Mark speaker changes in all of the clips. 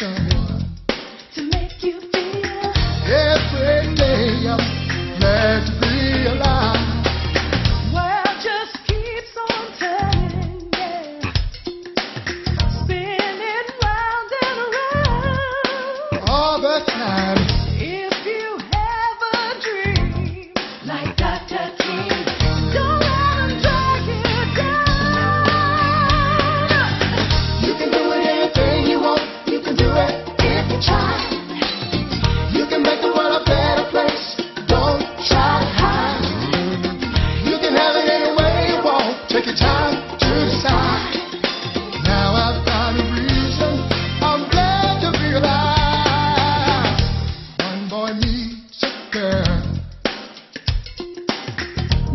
Speaker 1: Oh,
Speaker 2: to make you feel
Speaker 1: Every day I'm glad to be alive.
Speaker 2: Well, just keeps on turning, yeah. Spinning round and round.
Speaker 1: All the time,
Speaker 2: If you have a dream, like Dr. King, don't let 'em drag you down.
Speaker 1: you can do it anything you want. You can do it if you try. You can make the world a better place. Don't try to hide. You can have it any way you want. Take your time to decide. Now I've found a reason. I'm glad to be alive. One boy needs a girl.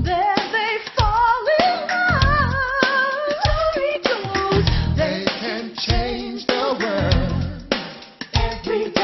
Speaker 2: Then they fall in love. Story goes,
Speaker 1: They can change the world.
Speaker 2: every day.